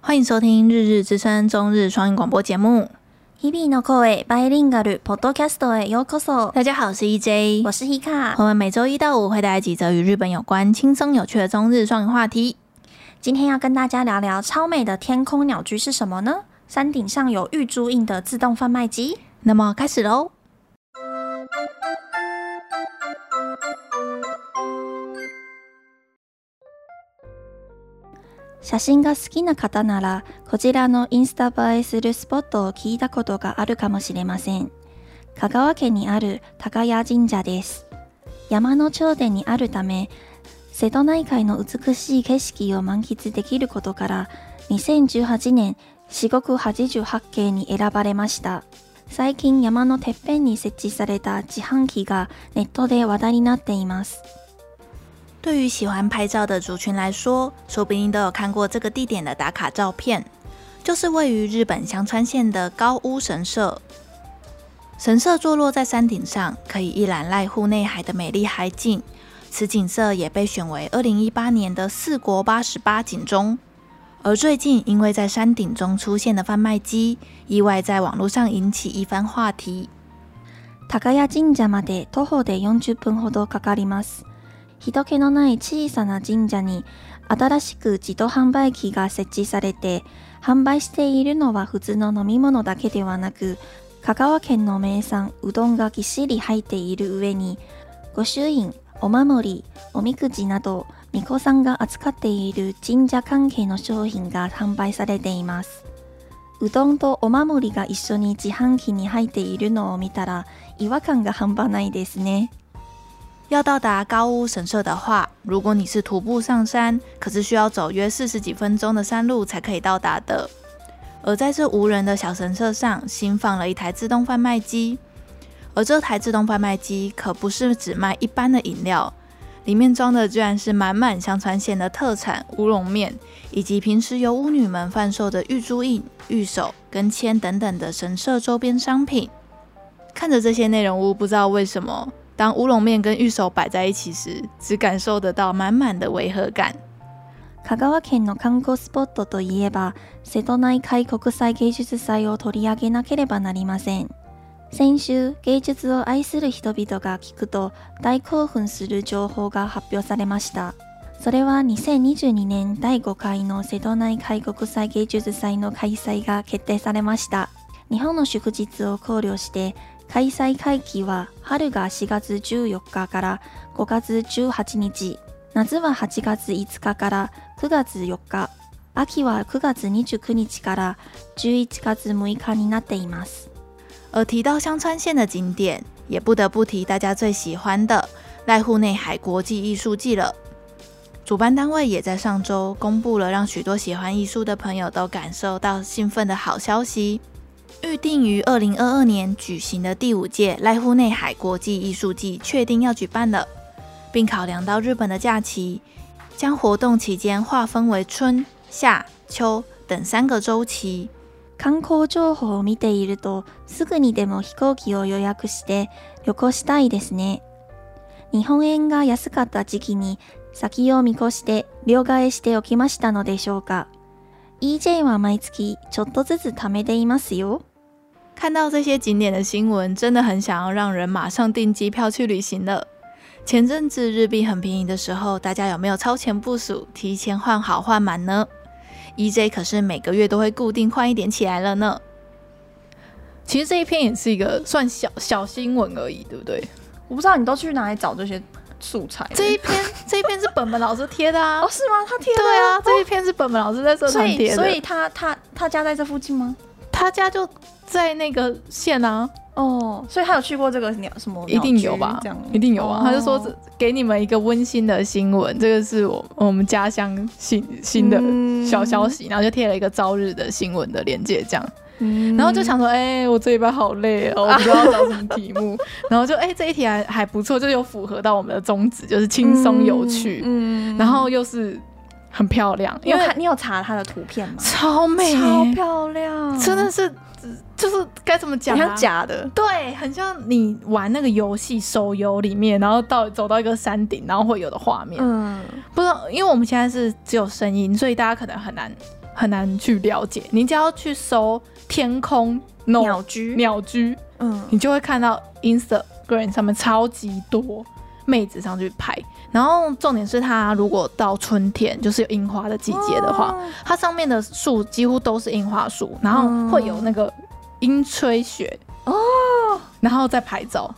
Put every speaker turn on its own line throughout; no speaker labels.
欢迎收听《日日之声》中日双语广播节目。
日々の声バイリンガルポッドキャストへようこそ。
大家好，我是 EJ，
我是 Hika，
我们每周一到五会带来几则与日本有关、轻松有趣的中日双语话题。
今天要跟大家聊聊超美的天空鸟居是什么呢？山顶上有玉珠印的自动贩卖机。
那么开始喽！
写真が好きな方ならこちらのインスタ映えするスポットを聞いたことがあるかもしれません香川県にある高谷神社です山の頂点にあるため瀬戸内海の美しい景色を満喫できることから2018年四国八十八景に選ばれました最近山のてっぺんに設置された自販機がネットで話題になっています
对于喜欢拍照的族群来说，说不定都有看过这个地点的打卡照片，就是位于日本香川县的高屋神社。神社坐落在山顶上，可以一览濑户内海的美丽海景。此景色也被选为2018年的四国八十八景中。而最近，因为在山顶中出现的贩卖机，意外在网络上引起一番话题。
高谷神社まで徒歩で40分ほどかかります人気のない小さな神社に新しく自動販売機が設置されて販売しているのは普通の飲み物だけではなく香川県の名産うどんがぎっしり入っている上に御朱印お守りおみくじなど巫女さんが扱っている神社関係の商品が販売されていますうどんとお守りが一緒に自販機に入っているのを見たら違和感が半端ないですね
要到达高屋神社的话，如果你是徒步上山，可是需要走约四十几分钟的山路才可以到达的。而在这无人的小神社上，新放了一台自动贩卖机，而这台自动贩卖机可不是只卖一般的饮料，里面装的居然是满满香川县的特产乌龙面，以及平时由巫女们贩售的玉珠印、玉手、跟签等等的神社周边商品。看着这些内容物，不知道为什么，当乌龙面跟玉手摆在一起时，只感受得到满满的违和感。
香川県の観光スポットといえば瀬戸内海国際芸術祭を取り上げなければなりません先週芸術を愛する人々が聞くと大興奮する情報が発表されましたそれは2022年第5回の瀬戸内海国際芸術祭の開催が決定されました日本の祝日を考慮して開催会期は春が4月14日から5月18日夏は8月5日から9月4日秋は9月29日から11月6日になっています
而提到香川县的景点，也不得不提大家最喜欢的濑户内海国际艺术季了。主办单位也在上周公布了让许多喜欢艺术的朋友都感受到兴奋的好消息。预定于二零二二年举行的第五届濑户内海国际艺术季确定要举办了，并考量到日本的假期，将活动期间划分为春、夏、秋等三个周期。
観光情報を見ているとすぐにでも飛行機を予約して旅行したいですね日本円が安かった時期に先を見越して両替しておきましたのでしょうか EJ は毎月ちょっとずつ貯めていますよ
看到这些景点的新闻，真的很想要让人马上订机票去旅行了。前阵子日币很便宜的时候，大家有没有超前部署，提前换好换满呢？EJ 可是每个月都会固定换一点起来了呢。
其实这一篇也是一个算小小新闻而已，对不对？
我不知道你都去哪里找这些素材的。
这一 篇这一篇是本本老师贴的啊
哦，，是吗？他贴的
对啊，这一篇是本本老师在社
所
团
以
贴的，
所以他他他家在这附近吗？
他家就在那个县啊，
哦，所以他有去过这个鸟什么？
一定有吧
这样，
一定有啊。他就说
哦
这给你们一个温馨的新闻，这个是我我们家乡新新的
嗯
小消息，然后就贴了一个朝日的新闻的链接这样。
嗯
然后就想说，哎、我这一班好累哦，我不知道找什么题 目。然后就，哎、这一题还还不错，就有符合到我们的宗旨，就是轻松有趣，
嗯
然后又是很漂亮，
你
因
有
为
看你有查他的图片吗？
超美，
超漂亮，
真的是，就是该怎么讲、
很
啊？
像假的。
对，很像你玩那个游戏手游里面，然后到走到一个山顶，然后会有的画面。
嗯，
不知道，因为我们现在是只有声音，所以大家可能很难
很难去了解。你只要去搜天空 no
鸟居，
鸟居，
嗯，
你就会看到 Instagram 上面超级多妹子上去拍。然后重点是它如果到春天，就是有樱花的季节的话，
哦
它上面的树几乎都是樱花树，然后会有那个樱吹雪
嗯哦，
然后再拍照。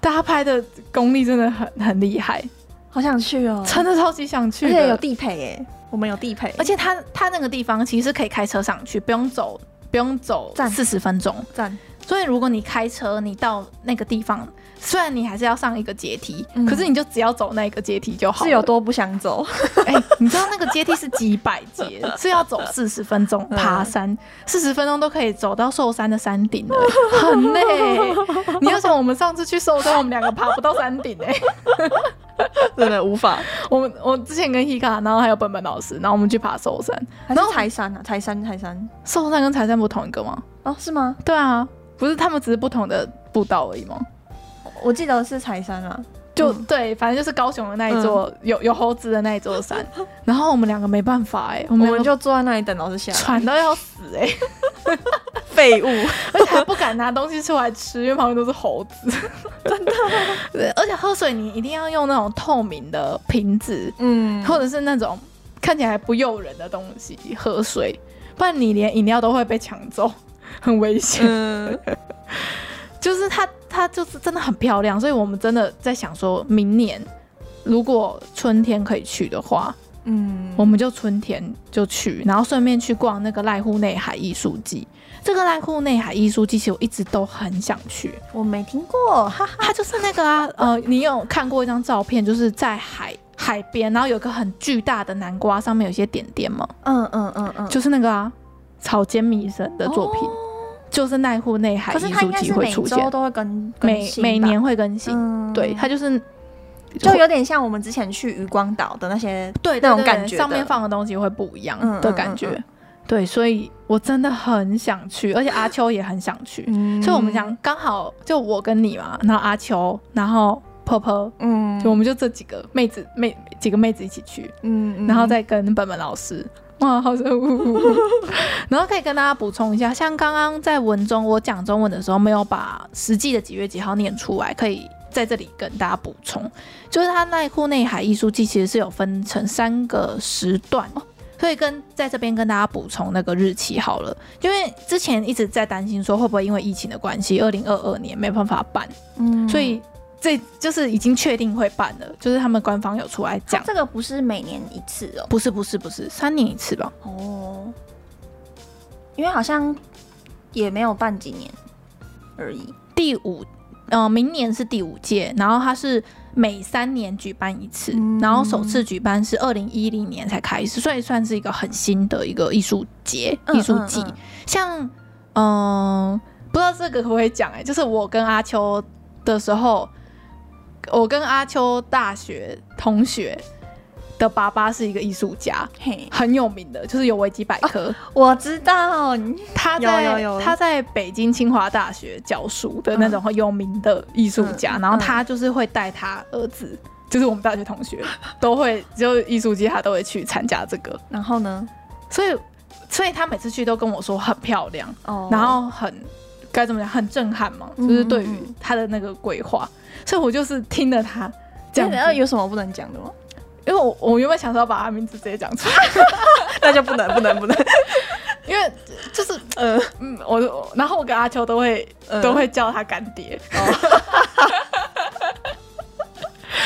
大家拍的功力真的很很厉害，
好想去哦，
真的超级想去
而
的。
且有地陪耶，我们有地陪，
而
而且它它那个地方其实可以开车上去，不用走不用走
站
四十分钟，
赞，
所以如果你开车，你到那个地方，虽然你还是要上一个阶梯，
嗯
可是你就只要走那一个阶梯就好了。
是有多不想走，
哎、
你知道那个阶梯是几百阶，是要走四十分钟爬
嗯
山，四十分钟都可以走到寿山的山顶了，很累。你要想，我们上次去寿山，我们两个爬不到山顶哎、
真的无法。
我们我之前跟 Hika，然后还有本本老师，然后我们去爬寿山。
还是柴山啊，柴山，柴山。
寿山跟柴山不同一个吗？
哦，是吗？
对啊，不是他们只是不同的步道而已吗？
我记得是柴山啊。
就、对，反正就是高雄的那一座、
嗯
有有猴子的那一座山，然后我们两个没办法哎、我
我
们
们
两个
就坐在那里等老师下来，
喘到要死哎、
废物。
而且还不敢拿东西出来吃，因为旁边都是猴 子，真的。对，而且喝水你一定要用那种透明的瓶子，
嗯，
或者是那种看起来不诱人的东西喝水，不然你连饮料都会被抢走，很危险。
嗯，
就是它，它就是真的很漂亮，所以我们真的在想说，明年如果春天可以去的话，
嗯，
我们就春天就去，然后顺便去逛那个濑户内海艺术季。这个濑户内海艺术季，其实我一直都很想去，
我没听过，哈哈。
它就是那个啊，呃，你有看过一张照片，就是在海海边，然后有一个很巨大的南瓜，上面有一些点点嘛，
嗯嗯嗯嗯，
就是那个啊，草间弥生的作品，
哦
就是濑户内海
可是
艺
它
术
应该
季
是
会
每
出
周
现，
都会更
每每，年会更
更
新，
新吧嗯
对，它就是
就有点像我们之前去渔光岛的那些，
对
那种
对对
感
对
觉
上面
的
放的东西会不一样
嗯
的
嗯
感
嗯
觉，
嗯
对，所以我真的很想去，而且阿秋也很想去，
嗯
所以我们想，刚好就我跟你嘛，然后阿秋，然后婆婆。
嗯
就我们就这几个妹子妹几个妹子一起去，
嗯
然后再跟本本老师。哇，好深呜 呜呜！然后可以跟大家补充一下，像刚刚在文中我讲中文的时候，没有把实际的几月几号念出来，可以在这里跟大家补充。就是它奈库内海艺术季其实是有分成三个时段，哦所以跟在这边跟大家补充那个日期好了，因为之前一直在担心说会不会因为疫情的关系，二零二二年没办法办，
嗯
所以这就是已经确定会办了，就是他们官方有出来
它
讲。
这个不是每年一次哦，
不是不是不是，三年一次吧？
哦，因为好像也没有办几年而已，
第五，呃，明年是第五届，然后它是每三年举办一次，
嗯
然后首次举办是二零一零年才开始，所以算是一个很新的一个艺术节、
嗯
艺术季。
嗯嗯
像，嗯、不知道这个可不可以讲哎、就是我跟阿秋的时候，我跟阿秋大学同学的爸爸是一个艺术家。
嘿，
很有名的，就是有维基百科，
我知道，你
他
啊有
在
有有
他在北京清华大学教书的那种很有名的艺术家，
嗯
然后他就是会带他儿子，就是我们大学同学都会，就艺术节他都会去参加这个，
然后呢？
所以所以他每次去都跟我说很漂亮，
哦
然后很该怎么讲，很震撼嘛，就
嗯
是对于
嗯嗯
他的那个规划，所以我就是听了他这样子，
哎那呃有什么不能讲的吗？
因为我我原本想说要把他名字直接讲出来。
那就不能，不能，不能。
因为就是呃，嗯，我我然后我跟阿秋都会、
嗯
都会叫他干爹，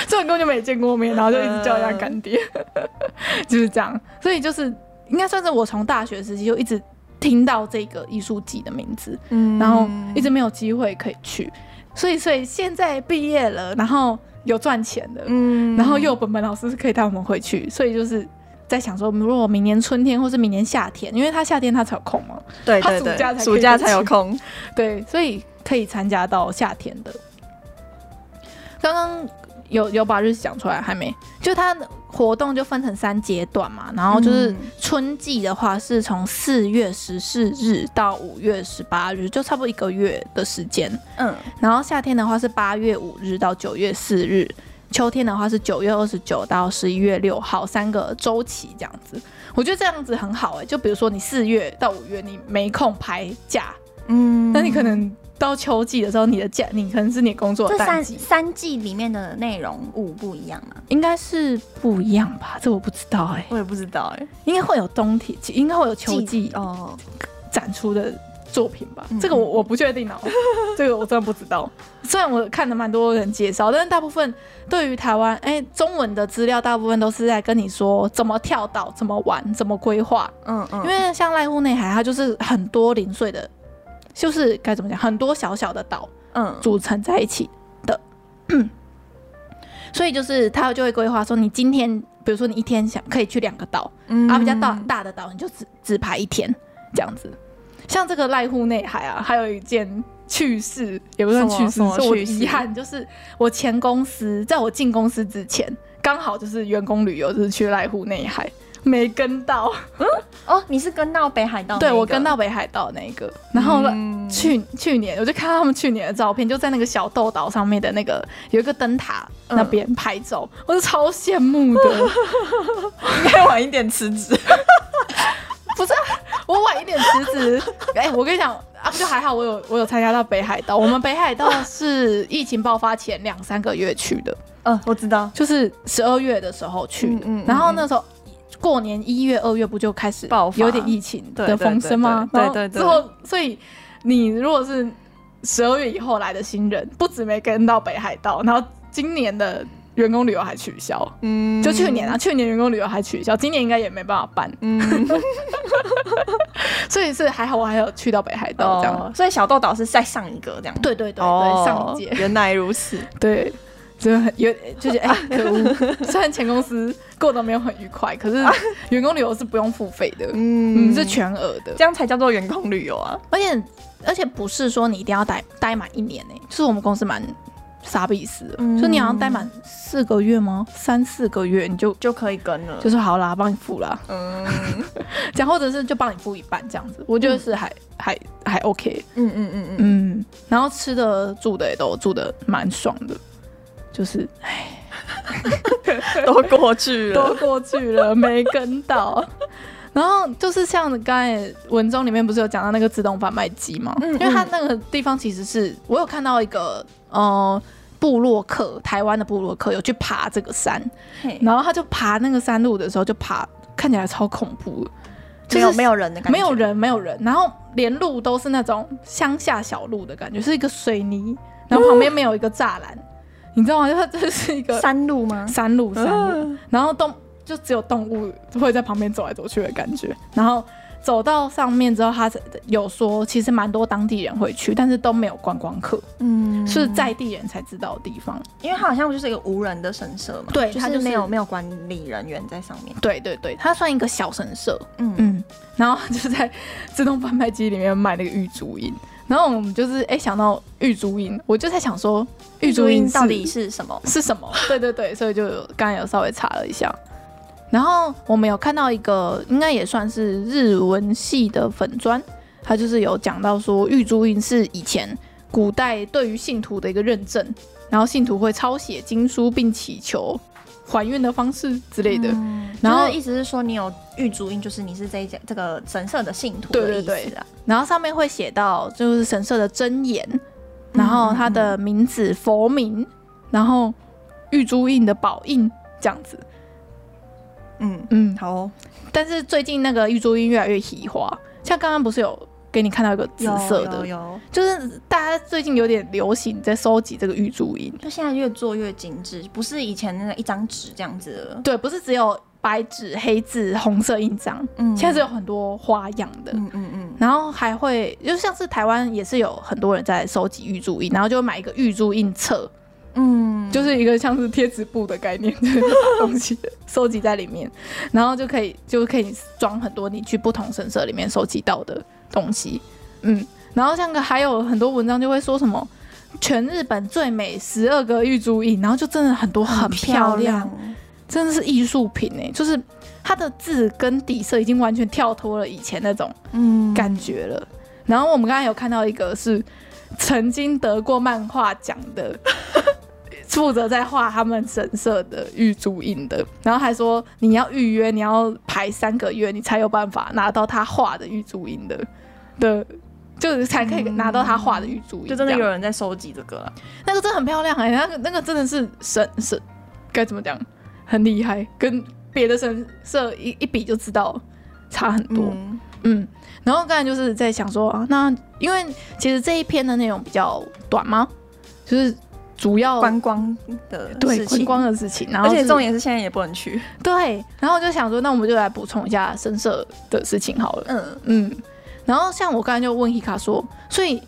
这种根本就没见过面，然后就一直叫人家干爹，
嗯
就是这样。所以就是应该算是我从大学时期就一直听到这个艺术季的名字，
嗯
然后一直没有机会可以去，所以所以现在毕业了，然后有赚钱了，
嗯
然后又有本本老师是可以带我们回去，所以就是在想说，如果明年春天或是明年夏天，因为他夏天他才有空嘛，
对
他
对
暑
对，
假才可以
暑假才有空。
对，所以可以参加到夏天的。刚刚有有把日期讲出来还没？就它活动就分成三阶段嘛，然后就是
嗯
春季的话是从四月十四日到五月十八日，就差不多一个月的时间。
嗯
然后夏天的话是八月五日到九月四日，秋天的话是九月二十九到十一月六号三个周期这样子。我觉得这样子很好哎、就比如说你四月到五月你没空排假，
嗯
那、你可能到秋季的时候你的假，你可能是你工作的
这
淡
三
季，
三季里面的内容物不一样啊吗？
应该是不一样吧？这我不知道哎、
我也不知道哎、
应该会有冬天，应该会有秋季
哦，
展出的作品吧？
嗯
这个我我不确 定哦，这个我真的不知道。虽然我看了蛮多人介绍，但是大部分对于台湾哎、中文的资料，大部分都是在跟你说怎么跳岛、怎么玩、怎么规划。
嗯嗯，
因为像濑户内海，它就是很多零碎的，就是该怎么讲，很多小小的岛
嗯
组成在一起的。所以就是他就会规划说，你今天比如说你一天想可以去两个岛，
嗯
啊，比较大大的岛，你就只只排一天这样子。像这个濑户内海啊，还有一件趣事，也不算
什么
趣事，
什么
是我的
趣事
遗憾，就是我前公司在我进公司之前，刚好就是员工旅游，就是去濑户内海，没跟到。
哦，你是跟到北海道那一个？
对我跟 到北海道那一个，然后呢
嗯
去去年我就看到他们去年的照片，就在那个小豆岛上面的那个有一个灯塔
嗯
那边拍照，我就超羡慕 的。
应该晚一点辞 职。
不是啊，我晚一点辞职。哎、我跟你讲啊，就还好我有我有参加到北海道。我们北海道是疫情爆发前两三个月去的，
嗯，我知道
就是十二月的时候去的。
嗯嗯嗯
然后那时候过年一月、二月不就开始
爆发
有点疫情
对
的
对
风声吗？
对对
然后
对对
之后，所以你如果是十二月以后来的新人，不止没跟到北海道，然后今年的员工旅游还取消。
嗯
就去年啊，去年员工旅游还取消，今年应该也没办法办，
嗯，
所以是还好我还有去到北海道这样。
哦，所以小豆岛是再上一个这样。
对对对对，
哦
上一届
原来如此。
对，就是很有就觉得哎、可 恶。虽然前公司过得没有很愉快，可 是员工旅游是不用付费的，
嗯
嗯，是全额的
这，样才叫做员工旅游啊。
而且而且不是说你一定要待待满一年呢、欸就是我们公司蛮傻逼死的，
嗯
就你好像待满四个月吗？三四个月你就
就可以跟了
就。是好啦，帮你付啦，
嗯
这样或者是就帮你付一半这样子，我觉得是还、还还 OK，
嗯嗯嗯嗯，
嗯，然后吃的住的也都住的蛮爽的，就是
都过去
都。过去了，没跟到。 然后就是像刚才文中里面不是有讲到那个自动贩卖机吗？
嗯
因为它那个地方其实是我有看到一个呃部落客，台湾的部落客有去爬这个山，
嘿
然后他就爬那个山路的时候就爬，看起来超恐怖的，就是
没有没有人的感
没
觉，
有人，没有人，然后连路都是那种乡下小路的感觉，是一个水泥，然后旁边没有一个栅栏，你知道吗？就它 这是一个
山路吗？
山路山路，然后动就只有动物会在旁边走来走去的感觉。然后走到上面之后，他有说其实蛮多当地人会去，但是都没有观光客，
嗯，
是在地人才知道的地方。
因为它好像就是一个无人的神社嘛，
对
就
它就是是
没有没有管理人员在上面。
对对对，它算一个小神社，
嗯，
嗯，然后就在自动贩卖机里面买那个玉竹饮。然后我们就是哎、想到玉竹饮，我就在想说玉竹饮
到底
是
是什么？
是什么？ 对对对，所以就有刚才有稍微查了一下。然后我们有看到一个，应该也算是日文系的粉砖，它就是有讲到说玉珠印是以前古代对于信徒的一个认证，然后信徒会抄写经书并祈求还愿的方式之类的。
嗯
然后
就是意思是说你有玉足印，就是你是这一家这个神社的信徒
对
的
对
意思啊。
对然后上面会写到就是神社的真言，然后他的名字、佛名，然后玉珠印的宝印这样子。
嗯，
嗯，
好哦，
但是最近那个玉珠音越来越喜花，像刚刚不是有给你看到一个紫色
有有
的，
有，
就是大家最近有点流行在收集这个玉珠音。
就现在越做越精致，不是以前那个一张纸这样子了。
对，不是只有白纸黑字红色印章，
嗯
现在是有很多花样的。
嗯嗯嗯，
然后还会，就像是台湾也是有很多人在收集玉珠印，然后就会买一个玉珠印册，
嗯，
就是一个像是贴纸布的概念的东西，收集在里面，然后就可以就可以装很多你去不同神社里面收集到的东西，嗯，然后像个还有很多文章就会说什么全日本最美十二个玉珠印，然后就真的很多很漂亮，真的是艺术品哎、就是它的字跟底色已经完全跳脱了以前那种
嗯，
感觉了。然后我们刚刚有看到一个是曾经得过漫画奖的。 负责在画他们神社的玉珠印的，然后还说你要预约，你要排三个月，你才有办法拿到他画的玉珠印的的，就是才可以拿到他画的玉珠印、
嗯就真的
这
有
样
人在收集这个啊了。
那个真的很漂亮哎、那个那个真的是神神该怎么讲，很厉害，跟别的神社一一比就知道差很多。
嗯，
嗯，然后刚才就是在想说啊，那因为其实这一篇的内容比较短嘛，就是主要
观光的
对
事
观
情，
光的事情，然后
而且
是
重点是现在也不能去。
对，然后我就想说，那我们就来补充一下深色的事情好了。
嗯，
嗯，然后像我刚才就问 Hika 说，所以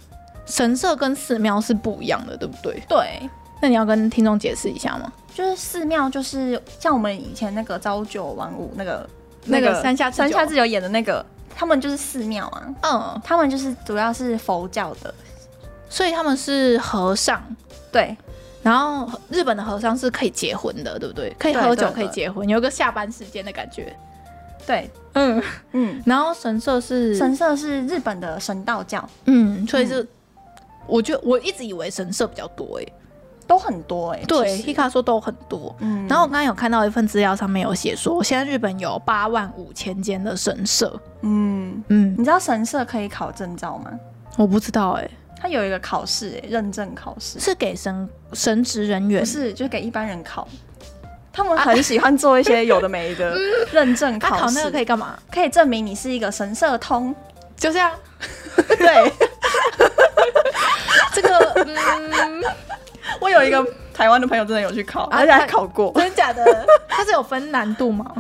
神社跟寺庙是不一样的，对不对？
对，
那你要跟听众解释一下吗？
就是寺庙，就是像我们以前那个朝九晚五那个
那个山下智久
山下智久演的那个，他们就是寺庙啊，
嗯，
他们就是主要是佛教的，
所以他们是和尚，
对
然后日本的和尚是可以结婚的，对不对？可以
对
喝酒，
对
可以
对
结婚，有一个下班时间的感觉。
对，
嗯，
嗯，
然后神社是
神社是日本的神道教，
嗯，所以是、我觉得我一直以为神社比较多欸诶、
都很多哎、欸，
对
其实
，Hika 说都很多。
嗯，
然后我刚刚有看到一份资料，上面有写说，现在日本有八万五千间的神社。
嗯，
嗯，
你知道神社可以考证照吗？
我不知道哎、
它有一个考试、欸，认证考试，
是给神神职人员
不是就是给一般人考？他们很喜欢做一些有的没 的认证
他
啊考试，
考那个可以干嘛？
可以证明你是一个神社 通。
就这样，
对，
这个嗯，
我有一个台湾的朋友真的有去考，
啊
而且还考过，
真的假的？ 它是有分难度吗？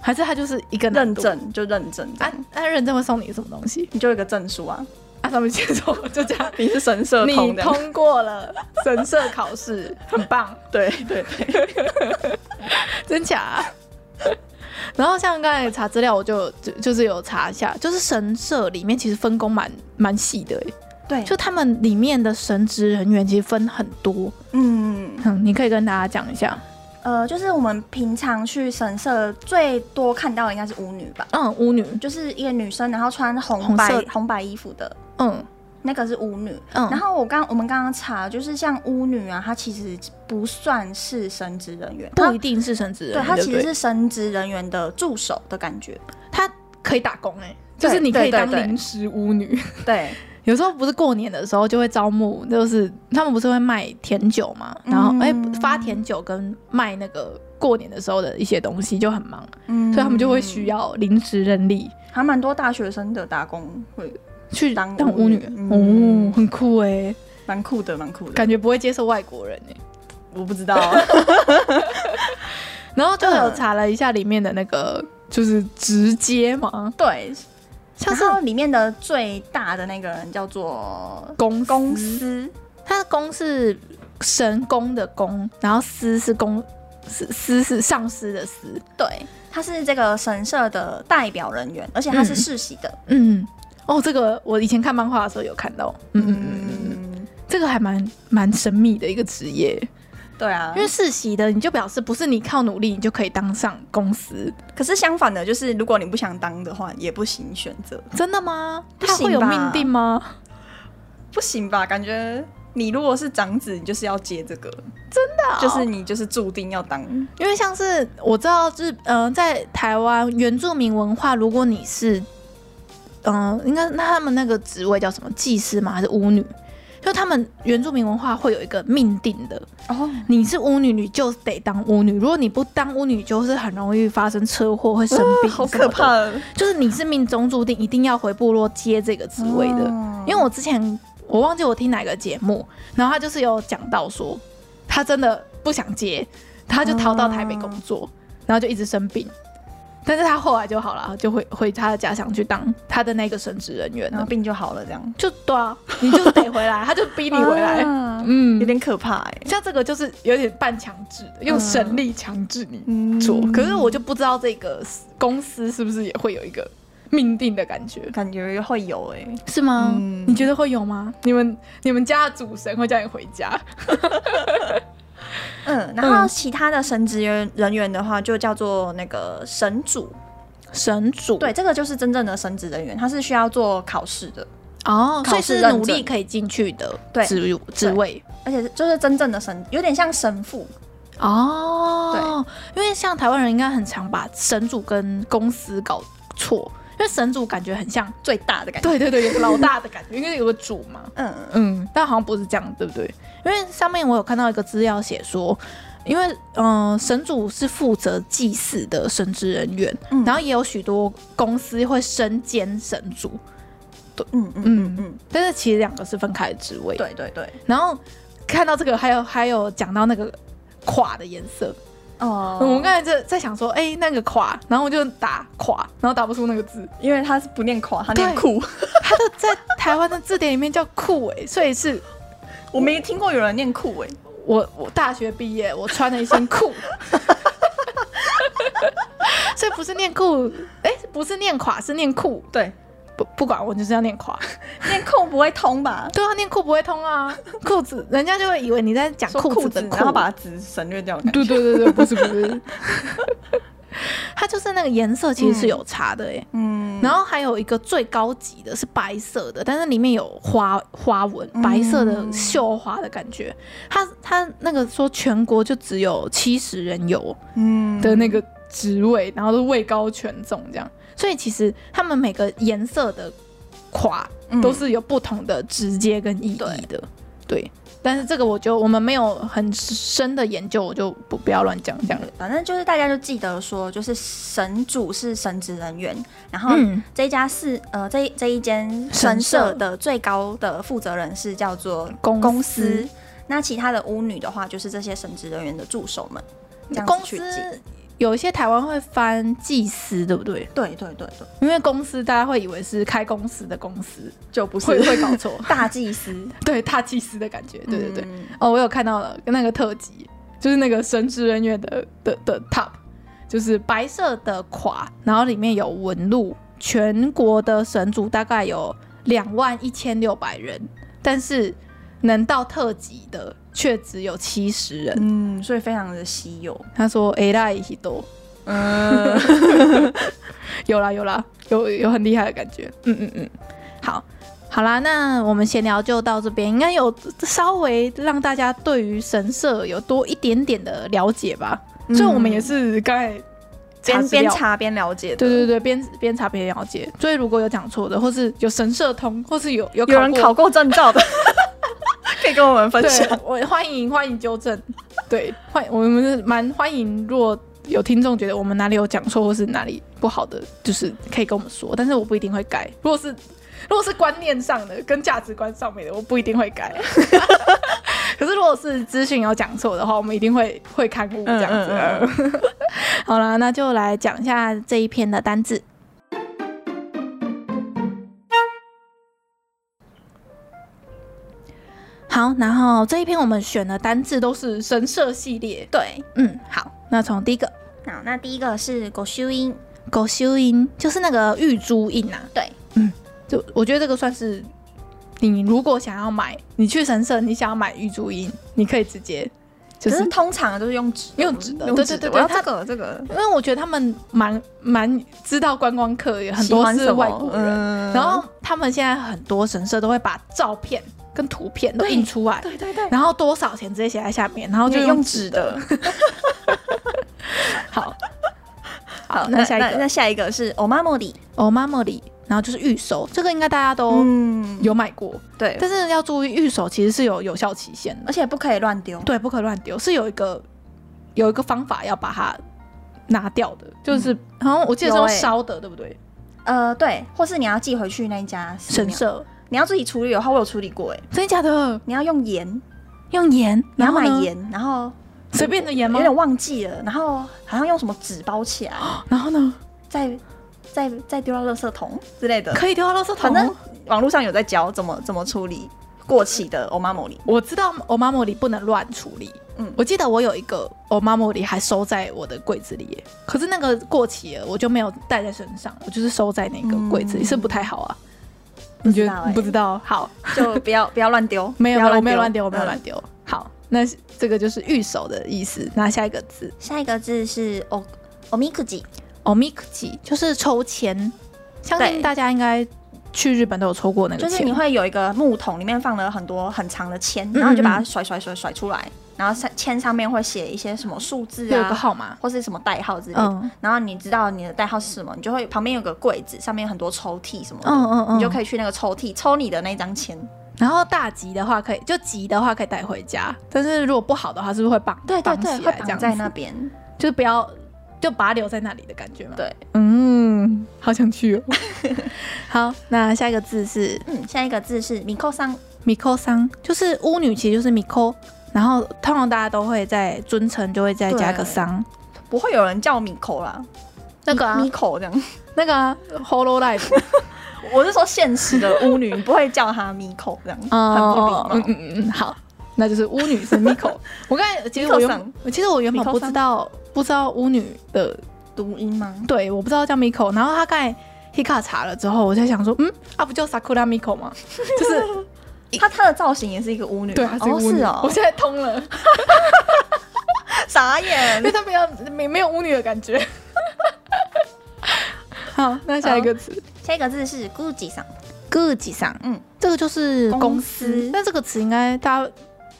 还是它就是一个难
认
度？
证就认证这
啊
样，，
那认证会送你什么东西？
你就有一个证书啊，
啊，上面写说就这样，
你是神社
你
通的。
通过了神社考试，很棒。
对对对，
真假啊、然后像刚才查资料，我就就就是有查一下，就是神社里面其实分工蛮蛮细的欸，
对，
就他们里面的神职人员其实分很多。
嗯
嗯，你可以跟大家讲一下。
呃，就是我们平常去神社最多看到的应该是舞女吧，
嗯，巫女，
就是一个女生，然后穿红
红
白
色
红白衣服的
嗯
那个是舞女。
嗯，
然后我刚我们刚刚查，就是像巫女啊，她其实不算是神职人员，
不
她
一定是神职人
对
员，
她
对
其
不
实
对
是神职人员的助手的感 觉。
她可以打工哎、就
对
是你可以
对对
当
对
临时巫女。
对，
有时候不是过年的时候就会招募，就是他们不是会卖甜酒嘛，然后
嗯
哎、发甜酒跟卖那个过年的时候的一些东西就很忙，
嗯
所以他们就会需要临时人力
还蛮多大学生的打工会
去
当
当
巫
巫
女
女，
嗯
哦，很酷哎、
蛮酷的，蛮酷的。
感觉不会接受外国人哎、
我不知道，
然后就
嗯
有查了一下里面的那个就是直接嘛，
对，
像
然
是
后里面的最大的那个人叫做
公
公，司，
它的公是神功的功，然后司是公。司司是上司的司，
对，他是这个神社的代表人员，而且他是
嗯
世袭的，
嗯，哦，这个我以前看漫画的时候有看到，嗯嗯嗯嗯嗯，
嗯，
这个还蛮蛮神秘的一个职业，
对啊，
因为世袭的你就表示不是你靠努力你就可以当上公司，
可是相反的，就是如果你不想当的话，也不行选择，
真的吗？
不
他
行
会有
吧
命定吗？
不行吧？感觉你如果是长子，你就是要接这个，就是你就是注定要当，
因为像是我知道日，嗯、在台湾原住民文化，如果你是，嗯、应该那他们那个职位叫什么祭司吗？还是巫女？就他们原住民文化会有一个命定的，
哦，
你是巫女，你就得当巫女。如果你不当巫女，就是很容易发生车祸，会生病、
啊好可怕！的，
就是你是命中注定，一定要回部落接这个职位的。
嗯
因为我之前我忘记我听哪个节目，然后他就是有讲到说，他真的不想接，他就逃到台北工
啊
作，然后就一直生病。但是他后来就好了，就回回他的家乡去当他的那个神职人员
然
了
后。病就好了，这样
就对啊，你就得回来，他就逼你回来。
啊
嗯
有，点可怕哎、
像这个就是有点半强制的，用神力强制你
嗯
做。可是我就不知道这个公司是不是也会有一个命定的感觉，
感觉会有哎、
是吗
嗯
你觉得会有吗？你们你们家的主神会叫你回家？
嗯，然后其他的神职人人员的话，就叫做那个神主，
神主
对，这个就是真正的神职人员，他是需要做考试的，
哦，所以
考试
是
认
努力
证
可以进去的
对
职职位
而且就是真正的神，有点像神父，
哦。对，因为像台湾人应该很常把神主跟公司搞错，因为神主感觉很像，
最大的感觉。
对对对，有个老大的感觉，因为有个主嘛。
嗯，
嗯，但好像不是这样，对不对？因为上面我有看到一个资料写说，因为嗯、呃神主是负责祭祀的神职人员，
嗯
然后也有许多公司会身兼神主，
嗯嗯嗯嗯，
但是其实两个是分开的职位。，
对对对，
然后看到这个，还有还有讲到那个。垮的颜色，
哦
我们刚才在在想说，哎、那个垮，然后我就打垮，然后打不出那个字。
因为他是不念垮，他念
对
酷。
它的 在台湾的字典里面叫酷哎、所以是
我没听过有人念酷哎、
我我大学毕业，我穿了一身 裤，所以不是念裤，哎、不是念垮，是念裤。
对，
不不管，我就是要念垮。
念酷不会通吧？
对啊，念裤不会通啊，裤子人家就会以为你在讲
说
裤
裤
子
子
的，裤。
然后把子省略掉的感觉。
对对对对，不是不 是，它就是那个颜色其实是有差的哎、
嗯，
然后还有一个最高级的是白色的，但是里面有花花纹，白色的绣花的感觉。它它那个说全国就只有七十人有
嗯
的那个职位，然后都位高权重这样。所以其实他们每个颜色的垮
嗯
都是有不同的直接跟意义的，对。但是这个我就我们没有很深的研究，我就不不要乱讲这样。
反正就是大家就记得说，就是神主是神职人员，然后
嗯
这一家是、呃这一这一间
神
神社
社
的最高的负责人是叫做
公司
公司，那其他的巫女的话就是这些神职人员的助手们，这样子
公
去记
司有一些台湾会翻祭司，对不对？
对对对对，
因为公司大家会以为是开公司的公司，
就不是
会 会搞错，
大祭司，
对，踏祭司的感觉，对对对。
嗯
哦，我有看到了那个特辑，就是那个神职人员的的的 top，就是白色的垮，然后里面有纹路，全国的神族大概有两万一千六百人，但是能到特级的却只有七十人。
嗯，所以非常的稀有，
他说 A 大一多，
嗯，
有啦有啦，有有很厉害的感觉。嗯嗯嗯，好，好啦，那我们闲聊就到这边，应该有稍微让大家对于神社有多一点点的了解吧。所以我们也是刚才查
嗯边
资料
边，查边了解的，
对对对，边边查边了解。所以如果有讲错的，或是有神社通，或是有有
有人
过
考过证照的， 可以跟我们分享。
对，我欢迎欢迎纠 正，对，欢我们是蛮欢迎，如果有听众觉得我们哪里有讲错或是哪里不好的，就是可以跟我们说，但是我不一定会改。如果是如果是观念上的跟价值观上面的，我不一定会改。 可是如果是资讯有讲错的话，我们一定会会刊物这样子。啊
嗯
好啦，那就来讲一下这一篇的单字。好，然后这一篇我们选的单字都是神社系列。
对，
嗯，好，那从第一个
好，那第一个是狗修音，
狗修音，就是那个玉珠印啊。
对，
嗯，就我觉得这个算是你如果想要买，你去神社，你想要买玉珠印，你可以直接就
可
是
是通常都是嗯用纸的，
用纸的
用
对
纸
对对
我要
对
这个这个
因为我觉得他们蛮蛮知道观光客也很多是外国人，
人
然后他们现在很多神社都会把照片跟图片都印出来，
对对对，
然后多少钱直接写在下面，然后
后
就
用
纸
纸。的。
好，
好，
那下一
那
个
下一个是 omamori，
哦妈莫里，然后就是预售，这个应该大家都
嗯，
有买过，
对，
但是要注意预售其实是有有效期限的
而，且不可以乱丢，
对，不可乱丢，是有一个有一个方法要把它拿掉的，就是好像我记得是
有
用
欸
烧的，对不对？
呃，对，或是你要寄回去那一家寺
神
庙，
社，
你要自己处理的话，我有处理过，哎，
真的假的？
你要用盐，
用盐，
你要买
呢，
盐，然后
随便的盐吗
有？点忘记了，然后好像用什么纸包起来，
然后呢，
再再再丢到垃圾桶之类的，
可以丢到垃圾桶
反
吗。
正网络上有在教怎么怎么处理过期的 omamori。
我知道 o m a m o 里不能乱处理。
嗯
嗯，我记得我有一个 o m a m o 里还收在我的柜子里耶，可是那个过期了，我就没有带在身上，我就是收在那个柜子里，
嗯
是不太好啊。
不
你觉
知道欸
得不知道？好，
就不要不要乱 丢，
没有没
不要
有，我没有乱丢，我没有
嗯
乱丢。好，那这个就是预手的意思。那下一个字
下一个字是哦 o
哦
o m i k u j i
o m i k i 就是抽签，相
对
信大家应该去日本都有抽过那个
就
签，
是你会有一个木桶，里面放了很多很长的签，
嗯
然后你就把它甩甩甩甩出来，然后上签上面会写一些什么数字
会有
啊，
一个号码，
或是什么代号之类的。
嗯
然后你知道你的代号是什么，你就会旁边有个柜子，上面有很多抽屉什么的，
嗯嗯嗯，
你就可以去那个抽屉抽你的那张签。
然后大吉的话可以，就吉的话可以带回家，但是如果不好的话，是不是会绑？
对对
绑
对，
起
会
来
绑
这
在
样
那
子，
边。
就是不要就把它留在那里的感觉嘛。
对，
嗯，好想 去哦。好，那下一个字是
嗯，下一个字是米扣桑，
米 i 桑，就是巫女，其实就是 Miko，然后通常大家都会在尊称就会再加个
对
桑，
不会有人叫米扣啦，
那个啊
米扣这样。
那个、啊、Hollow Life，
我是说现实的巫女，你不会叫她米扣这样，很
哦，
不
嗯
礼
嗯嗯，好，那就是巫女是 Miko。我 刚才其实我
Miko 桑
原其实我原本
Miko
不知
桑
道不知道巫女的
貌，读音吗？
对，我不知道叫 Miko。然后他刚才 Hika 查了之后，我在想说，嗯，啊，不就 Sakura Miko 吗？ 就是
她她的造型也是一个巫女吗，
对啊，
哦
巫女。
是哦
我， 现在通 了，因
傻眼
为。他比较没没有巫女的感 觉。好，那下一个词
下一个字是 Gucci 桑，
，Gucci 上，
嗯，
这个就是
公
公
司
司，但这个词应该大家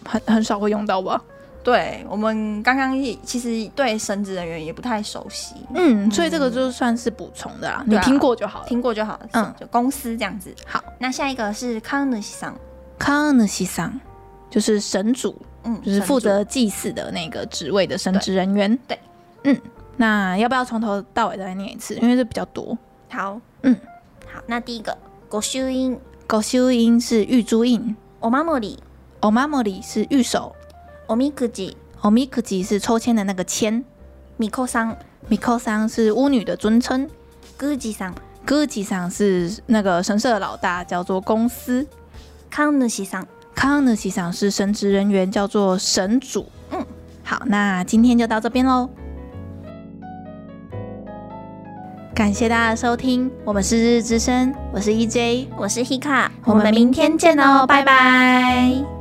很很少会用到吧？
对我们刚刚也其实对神职人员也不太熟悉，
嗯，所以这个就算是补充的啦，你
对啊
听过就好了。
听过就好了。
嗯
嗯，就公司这样子。
好，
那下一个是康努西桑，
康纳西桑就是神主，
嗯，
就是负
神
责祭祀的那个职位的神职人员。
对，
嗯，那要不要从头到尾再念一次？因为这比较多。
主。好，
嗯，
好，那第一个狗修音，
狗修音是玉珠印，
おまもり、
o m a m o r i 是玉手
おみくじ、
o m i k u j i 是抽签的那个签
みこさん、
，miko 桑是巫女的尊称
宮司さん、
，guji 桑是那个神社的老大，叫做公司
神主さん。
康纳西桑是神职人员，叫做神主。
嗯，
好，那今天就到这边喽。感谢大家的收听，我们是日日之声，我是 E EJ，
我是 Hika，
我们明
天见哦，拜拜。